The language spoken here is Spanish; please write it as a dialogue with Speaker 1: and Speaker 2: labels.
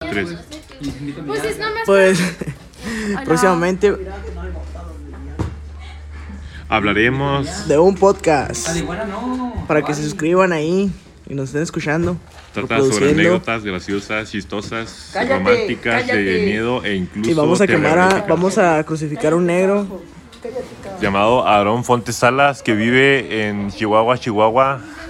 Speaker 1: Tres.
Speaker 2: Pues es nomás.
Speaker 3: Pues
Speaker 2: Hola.
Speaker 3: próximamente
Speaker 1: Hablaremos.
Speaker 3: de un podcast
Speaker 4: Igual no.
Speaker 3: para que se suscriban ahí y nos estén escuchando.
Speaker 1: Trata sobre
Speaker 3: reproduciendo.
Speaker 1: anécdotas graciosas, chistosas,
Speaker 5: Cállate,
Speaker 1: románticas, de
Speaker 5: cállate.
Speaker 1: miedo e incluso.
Speaker 3: Y vamos a quemar a,
Speaker 1: terroríficas.
Speaker 3: vamos a crucificar a un negro.
Speaker 1: Llamado Aarón Fontes Salas, que vive en Chihuahua, Chihuahua.